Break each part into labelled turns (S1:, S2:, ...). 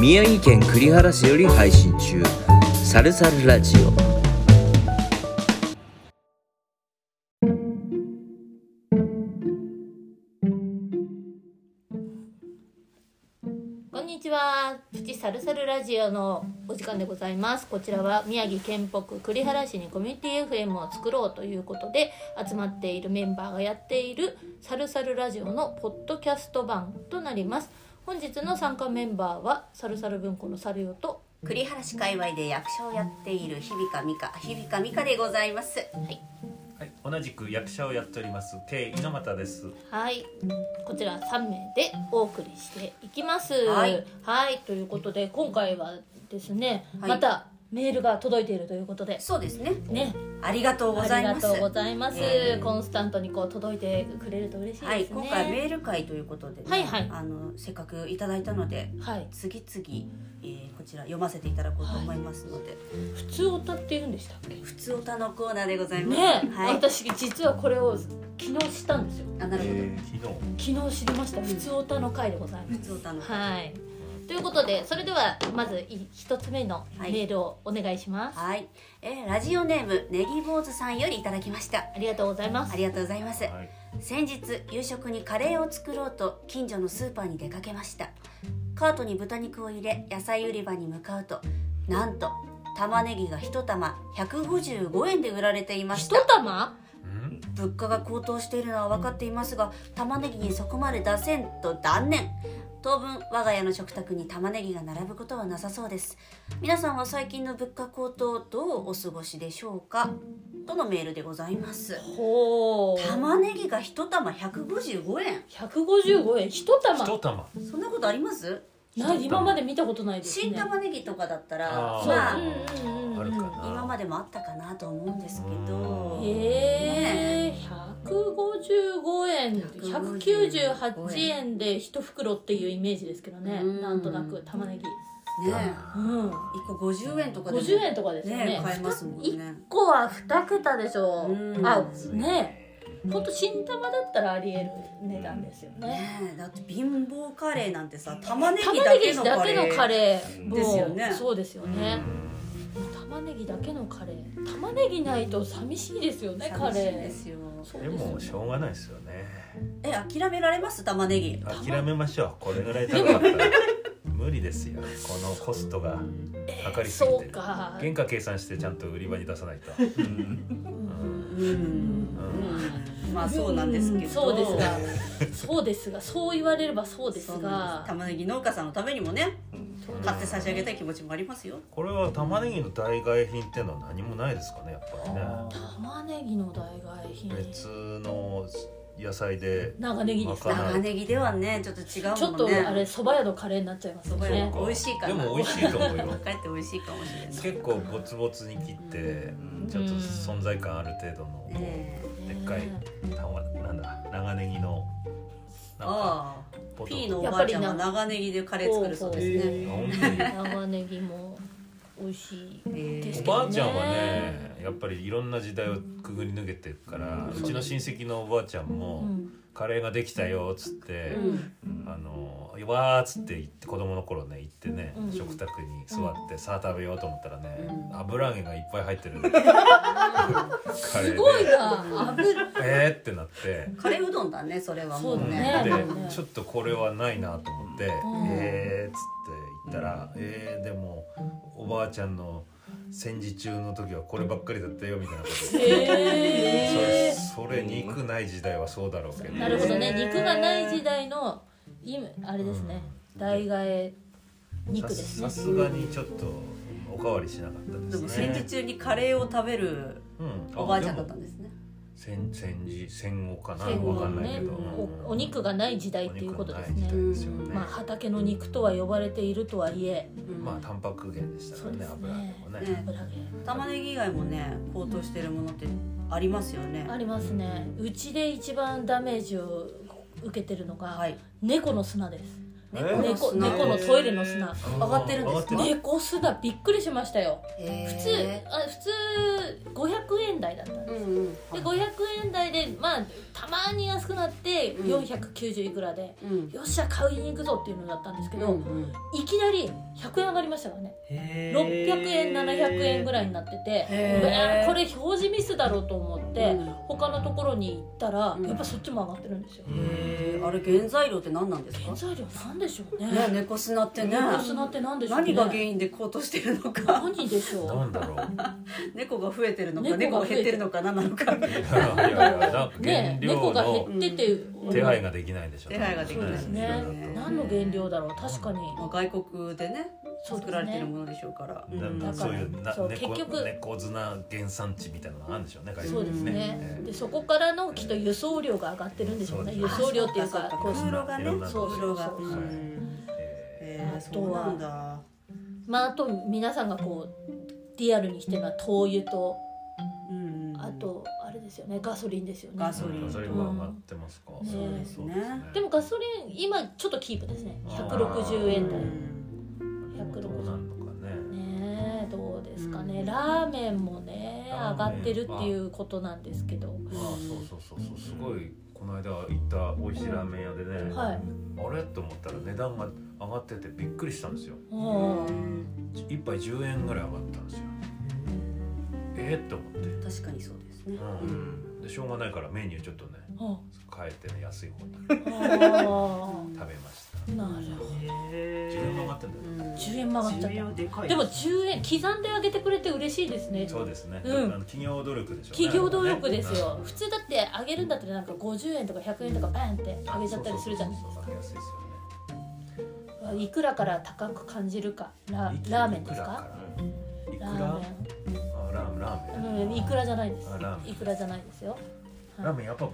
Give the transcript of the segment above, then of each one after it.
S1: 宮城県栗原市より配信中「サルサルラジオ」
S2: こんにちは。プチサルサルラジオのお時間でございます。こちらは宮城県北区栗原市にコミュニティ FM を作ろうということで集まっているメンバーがやっているサルサルラジオのポッドキャスト版となります。本日の参加メンバーはサルサル文庫のサルヨと
S3: 栗原市界隈で役者をやっている日比香美香日比香美香でございます
S4: はい、同じく役者をやっております、K 猪俣です。
S2: はい、こちら3名でお送りしていきます。
S3: はい、
S2: ということで今回はですね、
S3: はい
S2: またメールが届いているということで。
S3: そうですね
S2: ね、
S3: ありがとうござい
S2: あ
S3: ま
S2: り
S3: す
S2: がとうございます、
S3: え
S2: コンスタントにこう届いてくれると嬉しいですね
S3: はい今回メール会ということでね、
S2: はいはい
S3: あのせっかくいただいたので
S2: はい
S3: 次々、えーこちら読ませていただこうと思いますので、
S2: 普通歌って言うんでしたっけ
S3: 普通歌のコーナーでございます
S2: ねえ、
S3: はい
S2: 私実はこれを昨日知ったんですよ
S3: あなるほど、
S4: えー昨
S2: 昨日知りました普通歌の回でございま
S3: 普
S2: す、
S3: 通歌の
S2: はいということでそれではまずい一つ目のメールをお願いします、
S3: はい、えーラジオネームネギ坊主さんよりいただきました
S2: ありがとうございます
S3: ありがとうございます
S4: 日、はい、
S3: 先日夕食にカレーを作ろうと近所のスーパーに出かけましたカートに豚肉を入れ野菜売り場に向かうとなんと玉ねぎが1玉155円で売られていまし
S2: 一
S3: た
S2: 玉
S4: うん、
S3: 物価が高騰しているのは分かっていますが玉ねぎにそこまで出せんと断念当分我が家の食卓に玉ねぎが並ぶことはなさそうです皆さんは最近の物価高騰どうお過ごしでしょうかとのメールでございます
S2: ほう
S3: 玉ねぎが1玉155円
S2: 155円一玉
S4: 一玉。
S3: そんなことあります
S2: な今まで見たことないですね
S3: 新玉ねぎとかだったら
S4: あー
S2: そう、
S3: まあ
S2: うんうんうんうん、
S4: あるかな。
S3: 今までもあったかなと思うんですけど
S4: うん
S2: ええ155円198円で一袋っていうイメージですけどね
S3: うん
S2: なんとなく玉ねぎ
S3: ね
S2: うん
S3: 1個50円とかでも
S2: 50円とかですよね
S3: ね買えますもん
S2: 一
S3: ね
S2: 個は2桁でしょ
S3: うん
S2: あねえほんと新玉だったらありえる値段ですよね
S3: ねえだって貧乏カレーなんてさ玉ね
S2: 玉
S3: ぎ
S2: ね
S3: だけ
S2: ぎ
S3: の
S2: だ
S3: カ
S2: け
S3: レ
S2: の
S3: ー
S2: カレ
S4: う
S2: ー
S4: ん
S2: もう
S3: ですよね
S2: そうですよね
S4: うん
S2: 玉ねぎだけのカレー玉ねぎないと寂しいですよねカ
S3: 寂しい
S2: レ
S3: で
S2: ー
S3: すよ
S2: そう
S4: で
S2: ですよ
S4: も、しょうがないですよね。
S3: え諦められます玉ねぎ
S4: 諦めましょう。これぐらい高かったら。無理ですよ。このコストが。かかりすぎ
S2: そ
S4: て
S2: う
S4: る。
S2: か
S4: 原価計算して、ちゃんと売り場に出さない と。うん
S3: うんうんまあそうなんですけど
S2: そうですがそうですがそう言われればそうです
S3: そうなん
S2: が
S3: です玉ねぎ農家さんのためにもね
S4: うん
S3: 買って差し上げたい気持ちもありますよ
S4: これは玉ねぎの代替品っていうのは何もないですかね、やっぱ
S2: 玉ねぎの代替
S4: り
S2: 品
S4: ね。別の野菜で。
S2: 長ネギです
S4: わか
S2: か
S4: んない
S3: 長ネギではねちょっと違
S2: ちょっ
S3: うもん
S2: と
S3: ね
S2: あれ蕎麦屋のカレーになっちゃいますよ
S3: そう
S2: ね
S3: か美味しいか
S4: で
S3: な
S4: も美味しいと思 うよ。
S3: 帰って美味しいかもしれない
S4: 結構ボツボツに切って、ちょっと存在感ある程度の、
S3: ええ
S4: でっかい玉なんだ長ネギのなんか
S3: ああ
S4: ポト
S3: ピー
S4: フ
S3: のおばあちゃんは長ネギでカレー作るそうですね
S4: 本当に
S2: 長ネギも美味しい
S3: え
S4: お
S3: え
S4: ばあちゃんはねやっぱりいろんな時代をくぐり抜けてるから、うちの親戚のおばあちゃん
S2: う
S4: も、
S2: ん
S4: カレーができたよっつって、
S2: うん
S4: あのわーっつって行って子供の頃ね行ってね、
S2: うん
S4: 食卓に座って、さあ食べようと思ったらね、
S3: うん
S4: 油揚げがいっぱい入っ てるカレー
S2: す
S4: で
S2: ごいな油
S4: えーってなって。
S3: カレーうどんだねそれはも
S2: そううだね
S3: ね
S4: でちょっとこれはないなと思って
S2: ん
S4: 「えー」っつって言ったら「えー、でもおばあちゃんの戦時中の時はこればっかりだったよ」みたいなこ とそれ
S2: へ
S4: それ肉ない時代はそうだろうけど
S2: ーなるほどね肉がない時代の今あれですね代替え肉
S4: さ
S2: です
S4: す
S2: ね
S4: さすがにちょっとおかわりしなかった
S3: でも
S4: ですね
S3: 戦時中にカレーを食べる
S4: うん
S3: おばあちゃんだった
S4: で
S3: んですね
S4: も戦戦時戦後かな
S2: 戦後
S4: わか
S2: の
S4: んない
S2: ね
S4: けど、
S2: おお肉がない時代っていうことですね
S4: お肉がない時代ですよね
S2: まあ畑の肉とは呼ばれているとはいえ
S4: まあタンパク源でしたから
S2: そ
S4: ね
S2: うですね
S4: 油揚げもね
S3: ね
S2: 油揚げ
S3: 玉ねぎ以外もね高騰してるものってありますよね
S2: ありますねうちで一番ダメージを受けてるのが、
S3: はい
S2: 猫の砂です
S4: え
S2: 猫
S3: 砂
S2: 猫のトイレの砂
S3: 上がってるんですか
S4: 上がってる
S2: 猫砂びっくりしましたよ
S3: 普
S2: 普通あ普通500円台だったん
S3: う
S2: です、
S3: んうん
S2: で500円台でまあたまに安くなって
S3: うん
S2: 490いくらで、
S3: うん
S2: よっしゃ買いに行くぞっていうのだったんですけど、
S3: うん
S2: いきなり100円上がりましたからね600円700円ぐらいになってて、
S3: へー
S2: うわこれ表示ミスだろうと思って、
S3: うん
S2: 他のところに行ったら、
S3: うん
S2: やっぱそっちも上がってるんですよ、
S3: へーあれ原材料って何なんですか
S2: 原材料なんでしょうね
S3: ね猫砂ってね
S2: 猫砂ってなんでしょうね
S3: 何が原因で高騰してるのか
S2: 何でし
S4: な
S2: ょ
S4: んだろう。
S3: 猫が増えてるのか
S2: 猫
S3: 猫
S2: が増
S3: が
S2: えてる
S3: 減ってるのか何なのか
S4: いやいやいやなんか
S2: う
S4: 原
S2: ね
S4: 料
S2: 猫が
S4: の
S2: 減ってて、
S4: 手配ができないんでしょ。
S3: 手配ができない
S2: ですね
S4: いろいろと
S2: 何の原料だろう確かに
S3: まあ外国でね
S2: そうですね
S3: 作られてるものでしょうからう
S4: なん
S3: ん
S4: かそういうな
S2: そう
S4: 猫
S2: 結局
S4: 猫綱原産地みたいなのがあるんでしょうね。外
S2: そう
S4: 国
S2: です
S4: に
S2: ね
S4: え
S2: でそこからのきっと輸送量が上がってるんでしょうね
S4: そう
S2: 輸
S4: ですね
S2: 送量っていうか
S3: あ
S2: こ
S3: そううかそうか空
S4: いろ
S3: 路が
S4: んな
S3: ね
S2: そう
S3: 空路が
S2: そう
S4: そう
S3: うん
S4: え
S3: えーそうなんだ
S2: まああと皆さんがこうリアルにしてるのは灯油と
S3: うんうん
S2: あとあれですよねガソリンですよね
S3: ガ
S4: そ
S3: ソ
S4: う
S3: リン
S4: ガソリンは上がってますか。
S2: ね
S4: そう
S2: でもガソリン今ちょっとキープですね
S4: あー
S2: 160
S3: う
S2: 円台
S3: ん
S4: どうな
S2: 160
S4: んのかね。
S2: ねえどうですかね、
S3: うん
S2: ラーメンもね
S4: ラーメン
S2: 上がってるっていうことなんですけど
S4: ああそうそうそうそうすごいこの間行った美味しいラーメン屋でね、
S2: はい
S4: あれと思ったら値段が上がっててびっくりしたんですよ
S2: もう
S4: 一杯10円ぐらい上がったんですよえー、って思って、
S3: 確かにそうですね
S4: うん、でしょうがないからメニューちょっとね
S2: あ
S4: 変えてね安い方に
S2: あー
S4: 食べました
S2: なるほど
S4: 10円も上がってんだよ、
S3: うん
S2: 10円曲がっちゃっ
S5: 需要でか
S2: た
S5: い
S2: でも10円刻んであげてくれて嬉しいですね
S4: そうですね、
S2: うん
S4: あの企業努力でしょうね
S2: 企業努力です
S4: あれは
S2: よ
S4: ね
S2: 普通だってあげるんだったらなんか50円とか100円とかバンってあげちゃったりするじゃないです
S4: そうそうそうそう
S2: かいくらから高く感じるかラ
S4: 安いです
S2: ラー
S4: よね
S2: メンですか
S4: いく
S2: ラ
S4: ら
S2: ーメ
S4: あラーメンラーメン、
S2: ンうんいくらじゃないです
S4: あラーメン
S2: いくらじゃないですよはい
S4: ラーメンやっぱ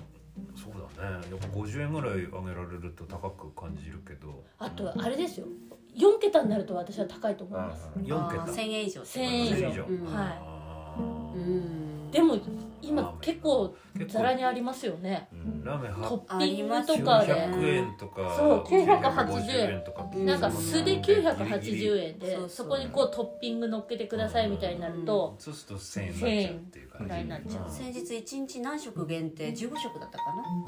S4: そうだねやっぱ50円ぐらい上げられると高く感じるけど
S2: あとあれですよ4桁になると私は高いと思います
S4: うん4
S3: あ
S4: 桁
S3: ー1000円以上
S2: 1000円以上
S4: 1000
S3: うん
S2: は
S4: あ
S3: う
S4: ー
S3: ん
S2: いでも今結構
S4: 結構
S2: ざらにありますよね
S4: うんラーメン
S2: ト
S4: は
S2: ッピングとかで
S4: 900円とか
S2: そう980
S4: 950円とか
S3: うん
S2: なんか酢で980円
S3: そ
S2: で
S3: うそ
S2: そうこにこうトッピング乗っけてくださいみたいになると
S4: そうすると1000円になっちゃうっていう
S2: 1000
S4: 感じ
S2: 円ぐらいになっちゃう
S3: 先日一日何食限定15食だったか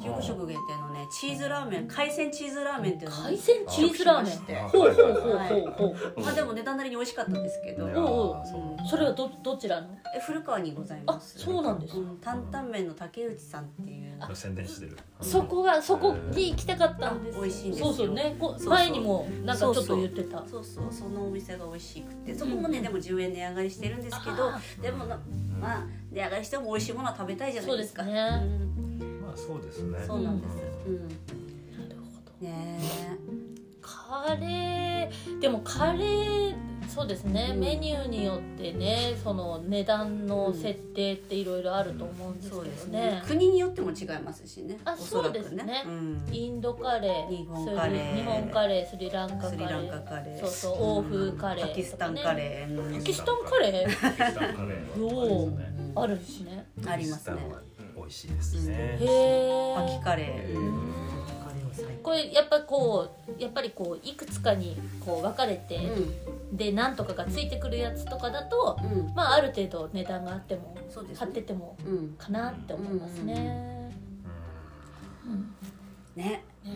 S3: な15食限定のねチーズラーメン海鮮チーズラーメンっていうのを
S2: 海鮮チーズラーメン
S4: あ
S2: ほうほうほうほうほう
S3: まあでも値段なりに美味しかったんですけど、
S4: ね
S2: んおう
S4: あーそう
S2: それはどどちらの
S3: え古川にござい
S2: あ
S3: ます
S2: そうなんです
S3: うん担々麺の竹内さんっていう
S4: なんか宣伝してる
S2: そこがそこに行きたかったんですよ
S3: 美味しいんです
S2: そ
S3: よ
S2: うそうねこ
S3: そうそう
S2: 前にもなんかちょっと言ってた
S3: そうそうそのお店が美味しくてそこもね、でも10円値上がりしてるんですけど
S2: あ
S3: でもなまあ値上がりしても美味しいものは食べたいじゃな
S2: そう
S3: い
S2: で
S3: ですすか
S2: かね
S4: まあそうですね
S3: うんそうなんです、うん
S2: なるほど
S3: ね
S2: カレーでもカレーそうですね、
S3: うん
S2: メニューによってねその値段の設定っていろいろあると思うん
S3: え
S2: です
S3: そう
S2: け
S3: です
S2: ど
S3: ね
S2: ね,、
S3: 国によっても違いますしね
S2: あ
S3: おそらく
S2: そうですね
S3: うん、
S2: インドカレー
S3: 日本カレー
S2: スリ日本カレースリランカカレ
S3: スリランカ
S2: ー
S3: カレー
S2: そうそう欧風カレーとかね
S3: パキスタンカレー、うん
S2: パキスタンカレー
S4: パキスタンカレー
S2: よ
S4: は
S2: う
S4: ね
S2: あるんですね
S3: あります
S4: パキ
S3: ね
S4: スタンは美味しいです
S2: へ
S4: ね
S3: パキ
S2: え
S3: カレ
S5: カ
S3: ー
S5: レーは最高
S2: これやっぱこうやっぱりこういくつかにこう分かれて、
S3: う
S2: でなんとかがついてくるやつとかだと
S3: んうん
S2: まあある程度値段があっても
S3: そうです
S2: 買って
S3: ね
S2: ても
S3: うん
S2: かなって思いますね。うん
S3: ね
S2: ね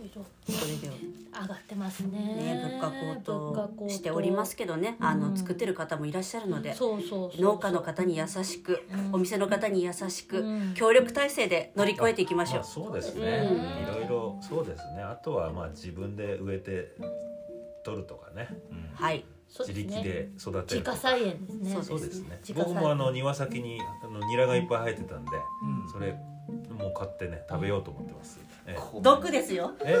S2: いろい
S3: それでは
S2: ろ上がってますね。
S3: ね物価高騰しております
S2: け
S3: けどねあの作ってる方もいらっしゃるので
S2: そうそうそう
S3: 農家の方に優しく
S2: うん
S3: お店の方に優しく
S2: うん
S3: 協力体制で乗り越えていきましょ
S4: まあ
S3: う
S4: そうですね
S2: うん
S4: いろいろそうですねあとはまあ自分で植えて取るとかね
S3: はい
S2: そう
S4: 自
S2: すね
S4: 力で育
S2: 自
S4: てると
S2: 家
S4: か
S2: 菜園ですね。
S4: そうですね
S2: 自家
S4: 僕
S2: 菜
S4: もあの庭先にあのニラがいっぱい生えてたんで
S5: うん
S4: それもう買ってね食べようと思ってますえ
S3: 毒ですよ
S4: え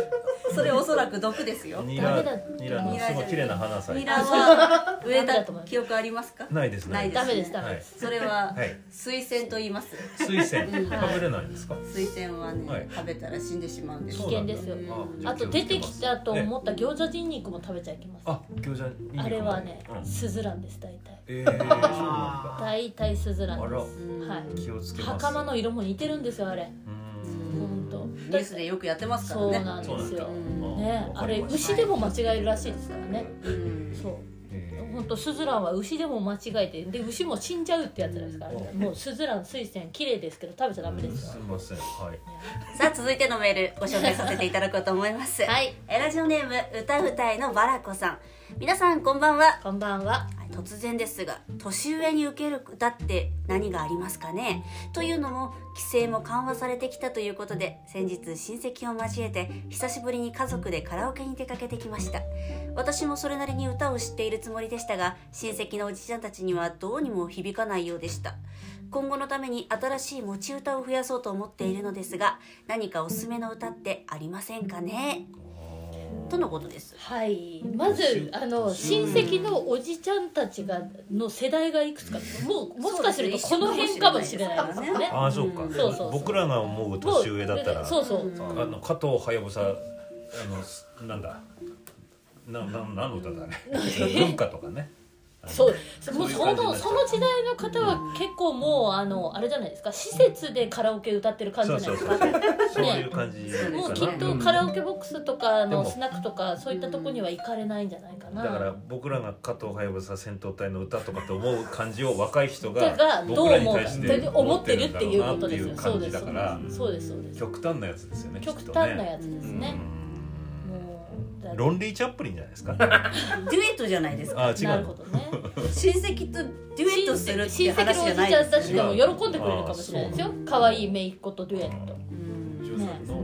S3: それおそらく毒です よ
S4: ニ
S2: ダ
S4: ラ
S2: メだ
S4: ニラのすごい綺麗な花咲い
S3: ニ
S4: て
S3: ラは植え
S2: ダメだ
S3: た
S2: と思います
S3: 記憶あり ますか
S4: ないです
S3: ない
S2: ダメですダ
S4: は
S2: メ
S4: い
S2: です。
S3: それは
S4: はい
S3: 水仙と言います
S4: 水仙
S3: うん
S2: はい
S4: 食べれないんですか
S3: 水仙は
S4: は
S3: ね
S4: い
S3: 食べたら死んでしまうんです
S2: 危険ですよ
S4: そうなんだ
S2: あと出てきたと思
S4: っ
S2: った餃子人肉も食べちゃいけません。
S4: あ餃子ニンニクも
S2: あれはね
S4: うん
S2: スズランです大体。
S4: ええそうなんだ
S2: 大体スズランで
S3: うん
S2: す。はい。
S4: 気をつけます
S2: 袴の色も似てるんですよあれ。
S4: うー
S2: 本
S4: ん
S2: 当。
S3: ニュースでよくやってますから
S2: そう
S3: ね
S2: なんですよ
S4: そうなんだ
S2: ね
S4: わ
S2: あ
S4: か
S2: れ
S4: りました
S2: 牛でも間違えるらしいですからね
S3: うん
S2: そう
S4: えー
S2: 本当スズランは牛でも間違えてで牛も死んじゃうってやつなんですから、ね、もうスズラン水仙綺麗ですけど食べちゃダメですよ
S4: すいませんはい
S3: さあ続いてのメールご紹介させていただこうと思います
S2: はい
S3: えラジオネーム歌うたいのバラコさん皆さんこんばんは
S2: こんばんは
S3: はい突然ですが年上に受ける歌って何がありますかねというのも規制も緩和されてきたということで先日親戚を交えて久しぶりに家族でカラオケに出かけてきました私もそれなりに歌を知っているつもりでしたが親戚のおじちゃんたちにはどうにも響かないようでした今後のために新しい持ち歌を増やそうと思っているのですが何かおすすめの歌ってありませんかねとのことです
S2: はいまずあの親戚のおじちゃんたちがの世代がいくつかもうもしかするとこの辺かもしれないですね
S4: ああそうか、
S3: うん
S2: そうそう
S4: 僕らが思う年上だったら
S2: そうそう
S4: あの加藤はやぶさあのなんだなな何の歌だね文化とかね
S2: そう
S4: そう
S2: もうそ
S4: そういう感じ
S2: の
S4: になっちゃ
S2: そうの時代の方は結構もうあのあれじゃないですか施設でカラオケ歌ってる感じ
S4: そ
S2: じ
S4: う
S2: ゃない
S4: そう
S2: です
S4: そ
S2: か
S4: うそういう感じかな
S2: もうきっとカラオケボックスとか
S4: で
S2: の
S4: も
S2: スナックとかそういったとこには行かれないんじゃないかな
S4: だから僕らが加藤はやぶさ戦闘隊の歌とかって思う感じを若い人が
S2: がどう
S4: 僕らに
S2: 思う
S4: 対して
S2: 思ってるっていうことです
S4: 思ってるん
S2: よ
S4: だろうなっていう
S2: そうですそ
S4: 感じだから
S2: うですそうです
S4: 極端なやつですよね
S2: 極
S4: きっと
S2: 端な
S4: ね
S2: やつです
S4: う
S2: ね
S4: ん
S2: もうだ
S4: ロンリー・チャップリンじゃないです かあ
S3: デュエットじゃないですか
S4: あ違
S2: な
S4: う
S2: るほ
S4: の
S2: どね
S3: 親戚とデュエットするってい
S2: 親戚のお
S3: う話じゃな
S2: じ
S3: い
S2: ちゃん
S3: で
S2: た
S3: す
S2: ち
S3: よ
S2: でも
S3: ね
S2: 喜んでくれるかもしれないですよ可愛い姪っ子とデュエット
S3: うん
S4: 13なんだろ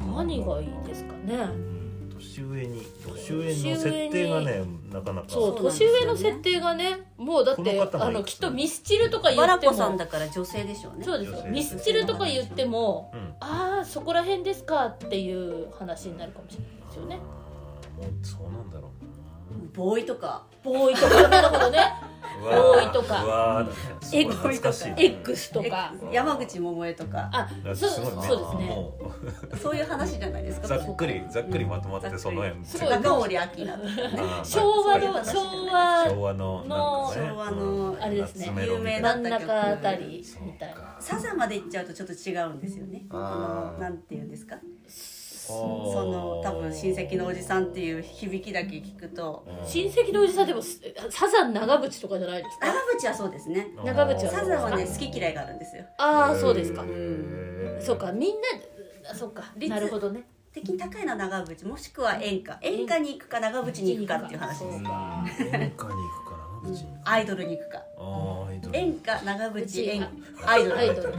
S4: うな
S2: 何がいいですかね
S4: うん年上に年上の設定がねなかなか
S2: そう
S3: そうなんです
S2: 年
S3: よね
S2: 上の設定がねもうだっ
S4: こ
S2: て
S4: の方も
S2: あのきっとミスチルとか言
S3: バラ
S2: っても
S3: コさんだから女性でしょうね
S2: そうですよ
S4: 女性
S2: ミスチルとか言っても
S4: うん
S2: ああそこら辺ですかっていう話になるかもしれないですよね
S4: あーもうそうなんだろ
S3: ボーイとか
S2: ボーイとかなるほど ね
S4: うなうわー
S2: ボーイとか
S4: うわーだねすごい
S3: エッグとか
S4: 懐かしい
S2: X とか
S3: え山口百恵とか
S2: あ
S4: だって
S2: そう
S4: す
S2: そう
S4: ごいね
S2: ですね
S4: もう
S3: そういう話じゃないですか
S4: ざっくりざっくりまとまってその辺
S2: すごい
S3: 中森明菜
S4: あー
S2: 昭和
S3: そういう
S2: の
S3: 話
S2: 昭
S4: 昭
S2: 和
S4: 和の
S2: の
S4: なんかね
S3: 昭和の
S4: うん
S2: あれですね
S4: 懐メロみたい
S3: 有名な
S4: な
S2: 真ん中あたりみたいな
S4: あ
S3: サザンまで行っちゃうとちょっと違うんですよねこ
S1: あー
S3: のなんていうんですか
S4: ー
S3: その多分親戚のおじさんっていう響きだけ聞くと
S2: 親戚のおじさんでもすサザン長渕とかじゃないです
S3: 長
S2: か
S3: 渕はそうですね
S2: 長渕は
S3: サザンはね好き嫌い
S4: が
S3: があるんですよ
S2: ああそうですか
S4: ん
S2: そうかみんなあそうか
S3: 率
S2: なるほどね
S3: 敵に高いのは長渕もしくは演歌演歌に行くか長渕に行くかっていう話
S2: そ
S3: です
S2: う
S4: 演歌に行くかなうちに
S3: アイドルに行くか
S4: あーアイドル
S3: 演歌長
S2: うち
S3: 渕演アイド
S2: アイ
S3: ル
S2: ドル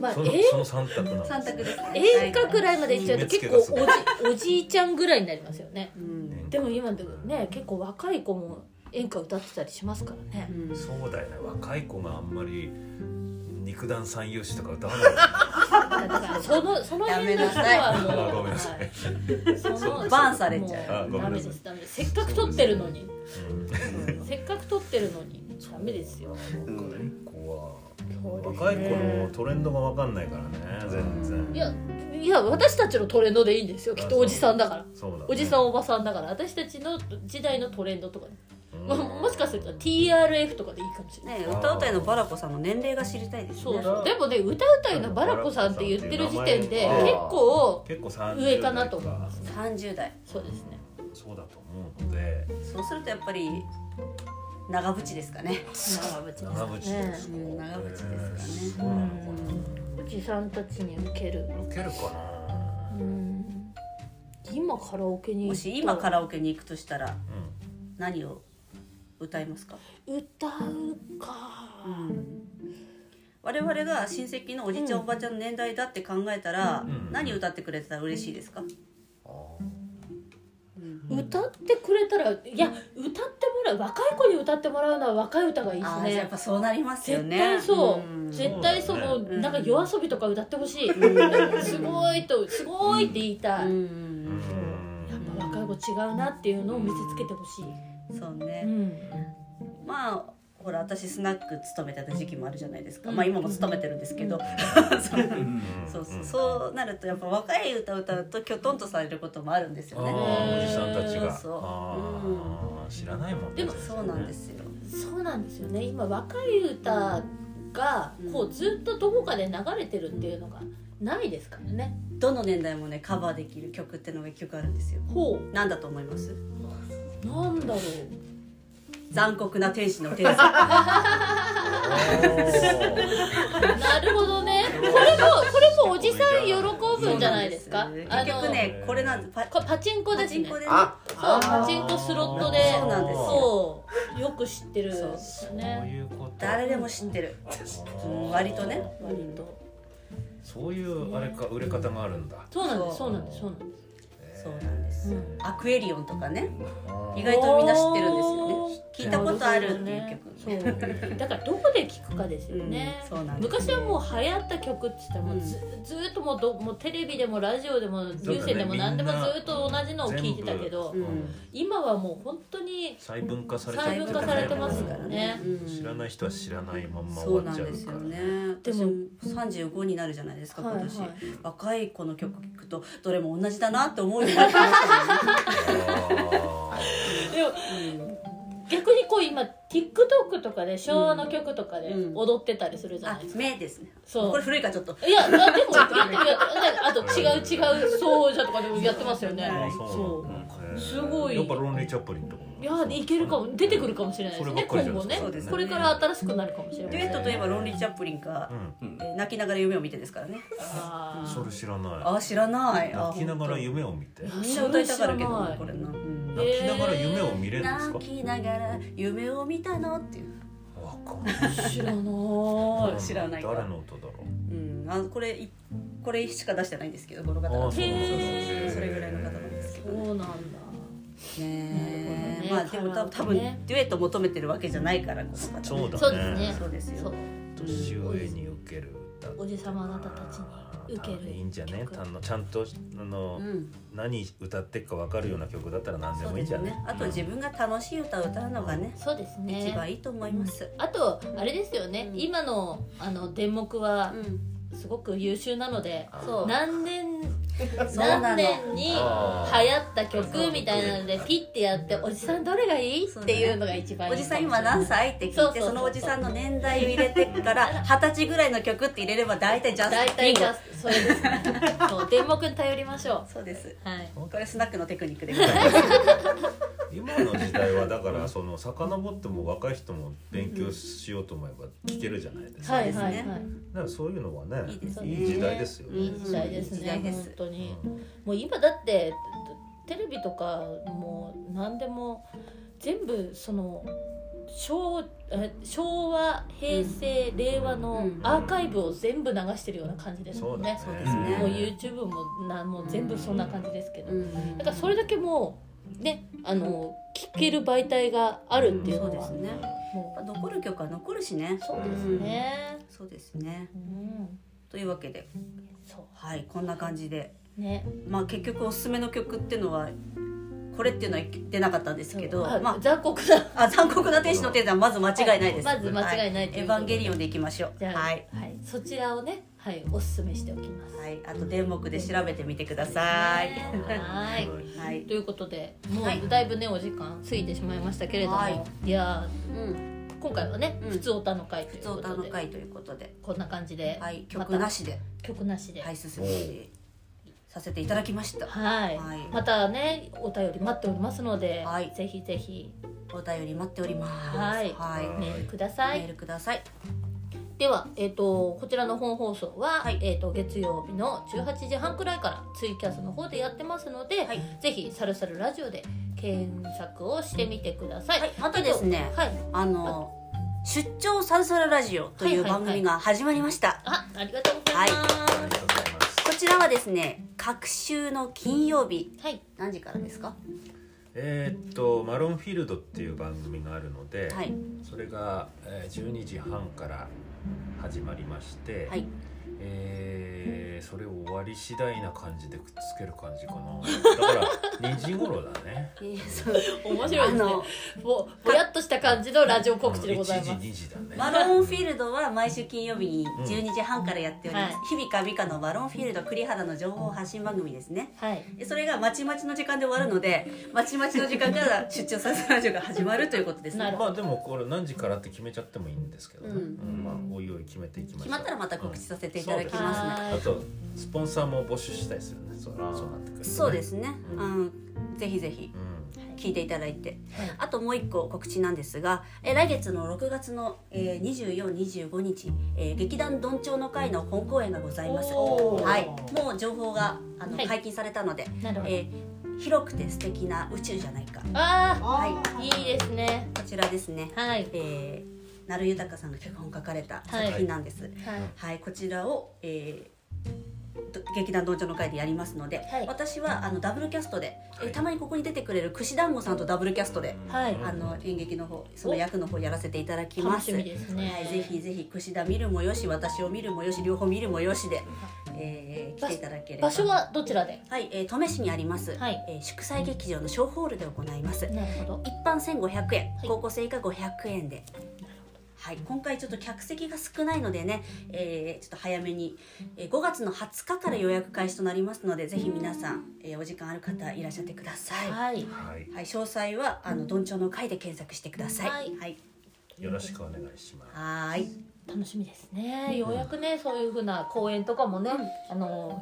S2: まあ
S4: その
S2: え
S4: その三択なんです
S3: 三択ですね
S2: 演歌くらいまでいっちゃうと結構おじおじいちゃんぐらいになりますよね
S3: うん
S2: でも今でもね結構若い子も演歌歌ってたりしますからね
S3: うん
S4: そうだよね若い子があんまり肉弾三遊詞とか歌わな
S2: だからそのその辺の人
S4: い
S2: はも
S4: あ
S2: う
S4: ごめんなさい、
S2: その
S3: バンされちゃ
S4: う
S2: もダメですダメですせっかく撮ってるのに
S4: うん
S2: せっかく撮ってるのにダメですよ
S4: 若い子は
S2: そうですね
S4: 若い子のトレンドが分かんないからね全然
S2: いやいや私たちのトレンドでいいんですよきっとおじさんだから
S4: そうだ、ね、
S2: おじさんおばさんだから私たちの時代のトレンドとかね、
S4: うん
S2: まもしかすると TRF とかでいいかもしれない、
S3: ね歌うたいのバラコさんの年齢が知りたいですね
S2: そうそうでもね歌うたいのバラ子さんって言ってる時点で結構
S4: 結構30
S2: 上かなと思います
S4: 代か
S3: 30代
S2: そうですね
S4: そうだと思うので
S3: そうするとやっぱり長渕ですかね
S2: 長渕です
S4: 長渕
S2: かね
S4: ですか、
S3: うん長渕ですかね
S4: そうなのか
S2: おじさんたちに受ける
S4: な受けるか
S2: う
S4: な、
S2: ん今カラオケに
S3: もし今カラオケに行くとしたら
S4: うん
S3: 何を歌いますか、
S2: 歌うか
S3: 我々が親戚のおじちゃん、おばちゃんの年代だって考えたら、
S4: ん
S3: 何歌ってくれたら嬉しいですか、
S2: 歌ってくれたらいや歌ってもらう若い子に歌ってもらうのは若い歌がいいで
S3: あ
S2: す
S3: あじゃあや
S2: ね
S3: っぱそうなりますよ
S2: 絶
S3: ね
S2: 対そう、
S3: ん
S2: 絶対その、
S4: そう
S3: だね
S2: なんか夜遊びとか歌ってほしい、すごいとすごいって言いたい、
S3: うん
S2: やっぱ若い子違うなっていうのを見せつけてほしい、
S3: そう
S2: う
S3: ね、
S2: ん、
S3: まあほら私スナック勤めてた時期もあるじゃないですか、まあ今も勤めてるんですけど、 そうそうそうなるとやっぱ若い歌歌うときょとんとされることもあるんですよ
S4: あ
S3: ね
S4: あおじさんたちが
S3: そう
S4: ああ知らないもん
S2: で
S4: ね
S2: も
S3: そうなんですよ
S2: そうなんですよね今若い歌がこうずっとどこかで流れてるっていうのがないですからね
S3: どの年代もねカバーできる曲ってのが一曲あるんですよ
S2: ほ
S3: なんだと思います
S2: うなんだろう
S3: 残酷な天使のテーゼ
S2: なるほどねこれもこれもおじさん喜ぶんじゃないですか
S3: 結
S2: あの
S3: 局ねこれなんですパ
S2: これパチンコ
S3: パ
S2: です
S3: チン
S2: ね
S3: コでね
S5: あ
S2: そうパチンコスロットで
S3: そうなんです
S2: そうよく知ってるんですよ
S4: そう
S2: ね
S4: いうこと
S3: 誰でも知ってるうん割とね
S2: 割と
S4: そういうあれか売れ方があるんだ
S2: そうなんです
S3: そ
S2: そううなんですそうなんです
S3: そうなんです
S2: うん
S3: アクエリオンとかね
S4: あー
S3: 意外とみんな知ってるんですよね聞いたことあるっていう曲
S2: そうだからどこで聴くかですよね、
S3: うんそうなんです
S2: 昔はもう流行った曲って言ったらもうず,、ずーっともうどもうテレビでもラジオでも
S4: そうだね
S2: 有線でも何でもずーっと同じのを聴いてたけど、
S3: 全部
S2: 今はもう本当に
S4: 細分化されて
S2: 細分化されてますからね
S3: うん
S4: 知らない人は知らないまんま
S3: そう
S4: 終
S3: な
S4: わっちゃ
S3: ん
S4: う
S3: です
S4: か
S3: よ
S4: ら
S3: ね
S2: で
S3: で
S2: も
S3: も35になるじゃないですか今年、
S2: はいはい
S3: 若い子の曲聞くとどれも同じだなって思うようになってましたもんね
S4: あ
S2: でも逆にこう今 TikTok とかで昭和の曲とかで
S3: うん
S2: 踊ってたりするじゃな
S3: あ
S2: いですか、
S3: 目ですね
S2: そう
S3: これ古いからちょっと
S2: いやあでもやってるやってるやってるあと違う違うそうじゃとかでもやってますよね
S4: ーあー
S2: そ
S4: そうなんだへー
S2: すごい
S4: やっぱロンリー・チャップリンとかも
S2: ういやいけるかも出てくるかもしれないですね
S4: そればっかりじ
S2: 今
S4: ゃな
S2: 後ね
S4: いそう
S3: ですね
S2: これから新しくなるかもしれない
S3: デュエットといえばロンリー・チャップリンか
S4: う、ん
S5: うん
S3: えー泣きながら夢を見てですからね
S2: あ
S4: それ知らな
S3: あー知らない
S4: い
S3: あー
S4: 泣きながら夢を見て
S2: ー
S3: みんな歌いたがるけど
S2: それ知らな
S3: ないこれな、うん
S2: え
S4: 泣きながら夢を見れるんですか
S3: 泣きながら夢を見たのっていう、
S4: わかんない
S2: 知らない
S3: 知らないか
S4: 誰の歌だろう
S3: うん、あこれいこれしか出してないんですけどこの方
S4: あー
S3: は
S4: そうなんだ
S2: へー
S3: それぐらいの方なんですけど
S2: そう
S3: ね
S2: なんだなるほど
S3: ね
S2: ね
S3: まあでも多分多分
S2: ね
S3: デュエット求めてるわけじゃないからこの方ね
S4: そうだね
S2: そうですね
S3: そうです
S2: そ
S3: よ
S2: う
S4: 年上に受ける歌
S2: おじさま方たちに受ける
S4: いいんじゃねあのちゃんとあの、
S3: うん
S4: 何歌ってっか分かるような曲だったら何で
S3: そう
S4: もいい
S3: で
S4: ん
S3: す
S4: じゃ
S3: よ
S4: ね
S3: ねあと自分が楽しい歌を歌うのがね
S2: そうですね
S3: 一番いいと思います
S2: あとあれですよね、
S3: うん
S2: 今のあの電目は
S3: うん
S2: すごく優秀なので、
S3: そう
S2: 何年
S3: そうなの
S2: 何年に流
S4: あー
S2: 行った曲みたいなのでピッてやって「おじさんどれがいい?」っていうのが一番いい
S3: おじさん今何歳って
S2: そう
S3: 聞い
S2: そう
S3: て
S2: そう
S3: そのおじさんの年代を入れて から二十歳ぐらいの曲って入れれば大体ジャ
S2: 大
S3: スティ
S2: 体
S3: ンゴ
S2: がそうですねそう電目に頼りましょ
S3: そうです
S2: うはい
S3: これスナックのテクニックでございます
S4: 今の時代はだからその遡っても若い人も勉強しようと思えば聞けるじゃないですか、
S2: はいはいは
S3: そうです
S2: い
S3: ね
S4: だからそういうのはね
S3: いいですね
S4: 時代ですよね、
S2: いい時代です
S3: いい時
S2: ね
S3: 代です
S2: 本当に
S4: う
S2: もう今だってテレビとかもう何でも全部その昭え昭和平成、令和の
S3: うん
S2: アーカイブを全部流してるような感じです
S4: そ
S2: も
S4: うんだ
S2: ね
S4: ね。
S3: そうですね
S2: もう YouTube もなもう全部そんな感じですけど、
S3: うん
S2: だからそれだけもうねあの聞ける媒体があるっていう
S3: そう
S2: の
S3: で
S2: は、
S3: すね
S2: も
S3: 残る曲は残るしね
S2: うそうですね。
S3: そうですね
S2: うん、
S3: というわけで
S2: そ
S3: はいこんな感じで
S2: うね。
S3: まあ結局おすすめの曲ってのはこれっていうのは出なかったんですけど、
S2: あ
S3: ま
S2: 残酷な
S3: あ、あ残酷な天使のテーゼはまず間違いないです、
S2: まず間違いないとい
S3: エヴ
S2: うこ
S3: ァ
S2: と
S3: ン
S2: で
S3: ゲリオンでいきましょう
S2: じゃあ、
S3: は
S2: はい
S3: い、
S2: そちらをね、はい、おすすめしておきます。
S3: はい、あと電目で調べてみてください、
S2: はい。
S3: は
S2: とい
S3: い、
S2: うことで、も
S3: はいう
S2: だいぶね、お時間過ぎてしまいましたけれども、
S3: はいい、
S2: や
S3: うん、
S2: ー、今回はね、
S3: うん
S2: 普通おたの会と
S3: 普
S2: い
S3: 通
S2: うこ
S3: 歌
S2: と
S3: の
S2: で、
S3: 会ということで、
S2: こんな感じで、
S3: はい、
S2: ま
S3: 曲
S2: た
S3: なしで、
S2: 曲なしで、は、
S3: はいい、進めさせていただきました。はい
S2: またね、お便り待っておりますので、
S3: はい
S2: ぜひぜひ
S3: お便り待っております。
S2: はい
S4: は
S2: メールください。
S3: メールください。
S2: では、えー、とこちらの本放送は、
S3: はい
S2: えー、と月曜日の18時半くらいからツイキャスの方でやってますので、
S3: はい
S2: ぜひ「サルサルラジオ」で検索をしてみてください、
S3: はいまたですね
S2: はい、
S3: あの出張サルサララジオという番組が始まりました。
S2: あありがとうございます、
S4: ありがとうございます
S3: こちらはですね、各週の金曜日
S2: はい
S3: 何時からですか？
S4: えーっとマロンフィールドっていう番組があるので、
S3: はい
S4: それが、えー12時半から始まりまして、
S3: はい。
S4: えーそれ終わり次第な感じでくっつける感じかなだから
S5: 2時頃だね
S3: えそう
S2: 面白
S3: あ
S2: いですね
S3: の
S2: ぼぼやっとした感じのラジオ告知でござい
S5: 1
S2: ます
S5: 時2時だね
S3: マロンフィールドは毎週金曜日に
S5: ん
S3: 12時半からやっております、
S2: は
S3: 日々か美香のマロンフィールド栗原の情報発信番組ですね
S2: はい
S3: でそれがまちまちの時間で終わるのでまちまちの時間から出張させラジオが始まるということです
S2: な
S3: ね
S2: る
S5: まあでもこれ何時からって決めちゃってもいいんですけどね、
S3: うん
S5: うんまあおいおい決めていきましょう
S3: 決まったらまた告知させていただき
S5: うん
S3: ます
S2: は
S3: ね、
S5: あ
S2: い
S5: とスポンサーも募集したいですよねそう
S4: あー
S5: そうなってくるとね
S3: そうですね、
S5: う
S3: うん、ぜひぜひ
S5: うん
S3: 聞いていただいて、
S2: はい
S3: あともう一個告知なんですが、えー来月の6月の、えー、2425日、えー劇団どんちょうの会の本公演がございます
S2: おー
S3: はい、もう情報があの、
S2: はい
S3: 解禁されたので、
S2: なるほど
S3: えー広くて素敵な宇宙じゃないか
S2: あ
S3: は
S2: あいいですね
S3: こちらですね、
S2: はい
S3: えー、なるゆたかさんが脚本書かれた
S2: はい
S3: 作品なんです、
S2: はい
S3: はい、こちらを、えーど劇団道場の会でやりますので、
S2: はい
S3: 私はあのダブルキャストで、えーたまにここに出てくれる串団子さんとダブルキャストで、
S2: はい
S3: あの演劇の方その役の方やらせていただきま
S2: 楽
S3: す
S2: しみですね
S3: はい、ぜひぜひ串田見るもよし私を見るもよし両方見るもよしで、えー来ていただければ
S2: 場所はどちらで
S3: はい、えー、登米市にあります、
S2: はい
S3: えー祝祭劇場の小ホールで行います、
S2: なるほど
S3: 一般1500円、
S2: はい
S3: 高校生以下500円で。はい、今回ちょっと客席が少ないのでね、えーちょっと早めに、えー5月の20日から予約開始となりますのでぜひ皆さん、えーお時間ある方いらっしゃってください、は
S2: はい
S5: はい
S3: い、詳細はあの「どんちょうの会」で検索してください
S2: はい
S3: はい
S5: よろしくお願いします
S3: はーい
S2: 楽しみですねようやくねそういう風な公演とかもねあの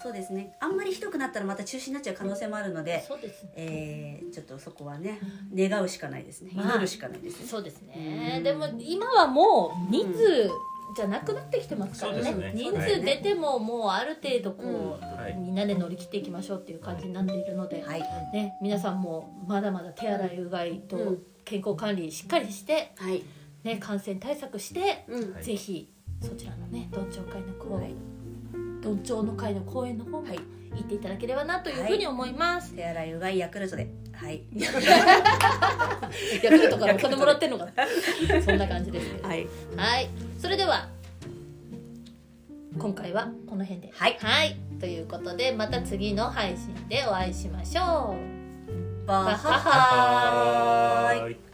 S3: そうですねあんまりひどくなったらまた中止になっちゃう可能性もあるので、
S2: そうですね
S3: えーちょっとそこはね願うしかないですね
S2: まあ
S3: 祈るしかないですね
S2: そうです
S3: う
S2: ね
S3: ん
S2: でも今はもう人数じゃなくなってきてますから
S5: そ
S2: ね
S5: うですね
S2: 人数出てももうある程度こう、
S5: はい
S2: みんなで乗り切っていきましょうっていう感じになっているので、
S3: はい
S2: ね、皆さんもまだまだ手洗いうがいと
S3: うん
S2: 健康管理しっかりして、
S3: はい、
S2: ね、感染対策して、
S3: うん
S5: はい
S2: ぜひそちらのねどんちょう会の公演、
S3: はい
S2: どんちょうの会の公演の方も
S3: は
S2: 行
S3: い
S2: っていただければなというふうに思います、
S3: 手洗いうがいヤクルトではい
S2: ヤクルトからお金もらってんのかなそんな感じですけど
S3: はい
S2: はい、それでは今回はこの辺で
S3: はい
S2: ということでまた次の配信でお会いしましょう。
S3: バ
S2: バッ
S3: ッハ
S2: ハ
S3: ハー
S5: ー
S3: イ
S5: い